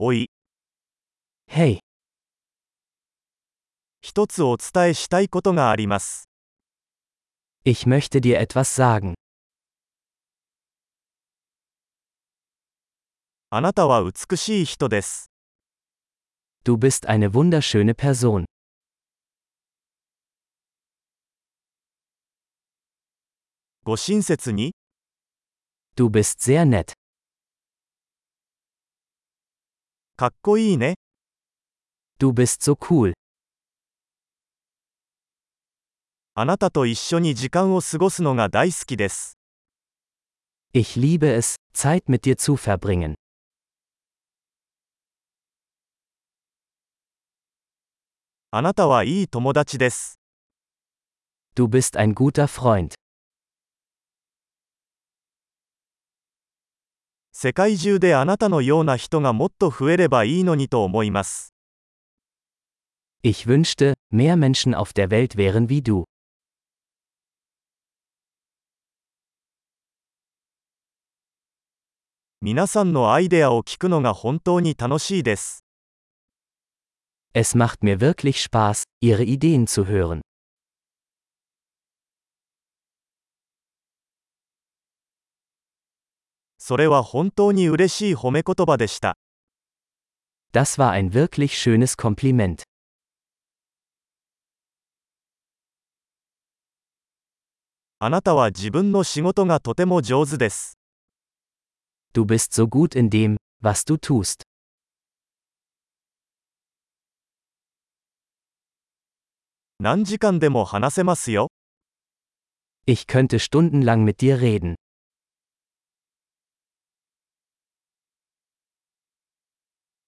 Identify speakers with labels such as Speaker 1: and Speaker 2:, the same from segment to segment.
Speaker 1: おい、
Speaker 2: Hey,
Speaker 1: 一つお伝えしたいことがあります。
Speaker 2: ich möchte dir etwas sagen.
Speaker 1: あなたは美しい人です。
Speaker 2: Du bist eine wunderschöne Person.
Speaker 1: ご親切に、
Speaker 2: Du bist sehr nett.
Speaker 1: かっこいいね。
Speaker 2: Du bist so cool.
Speaker 1: あなたと一緒に時間を過ごすのが大好きです。
Speaker 2: Ich liebe es, Zeit mit dir zu verbringen.
Speaker 1: あなたはいい友達です。
Speaker 2: Du bist ein guter Freund.
Speaker 1: 世界中であなたのような人がもっと増えればいいのにと思います。
Speaker 2: Ich wünschte, mehr Menschen auf der Welt wären wie du.
Speaker 1: 皆さんのアイデアを聞くのが本当に楽しいです。
Speaker 2: Es macht mir wirklich Spaß, ihre Ideen zu hören.
Speaker 1: それは本当に嬉しい褒め言葉でした。
Speaker 2: Das war ein wirklich schönes Kompliment.
Speaker 1: あなたは自分の仕事がとても上手です。
Speaker 2: Du bist so gut in dem, was du tust.
Speaker 1: 何時間でも話せますよ。
Speaker 2: Ich könnte stundenlang mit dir reden.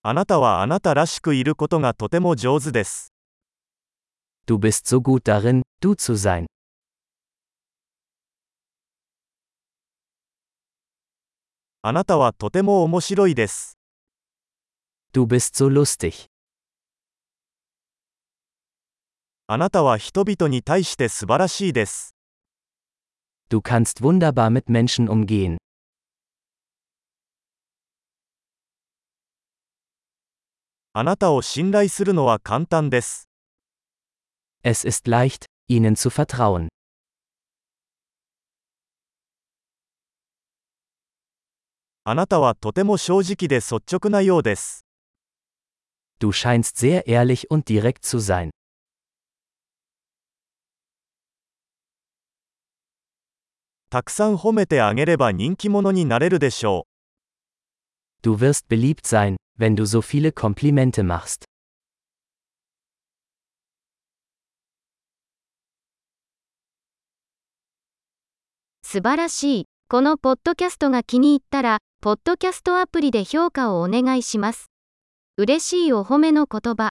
Speaker 1: あなたはあなたらしくいることがとても上手です。
Speaker 2: Du bist so gut darin, du zu sein.
Speaker 1: あなたはとても面白いです。
Speaker 2: Du bist so lustig.
Speaker 1: あなたは人々に対して素晴らしいです。
Speaker 2: Du kannst wunderbar mit Menschen umgehen.
Speaker 1: あなたを信頼するのは簡単です。
Speaker 2: Es ist leicht, ihnen zu vertrauen.
Speaker 1: あなたはとても正直で率直なようです。
Speaker 2: Du scheinst sehr ehrlich und direkt zu sein.
Speaker 1: たくさん褒めてあげれば人気者になれるでしょ
Speaker 2: Du wirst beliebt sein, wenn du so viele Komplimente machst.
Speaker 3: 素晴らしい。このポッドキャストが気に入ったら、ポッドキャストアプリで評価をお願いします。嬉しいお褒めの言葉。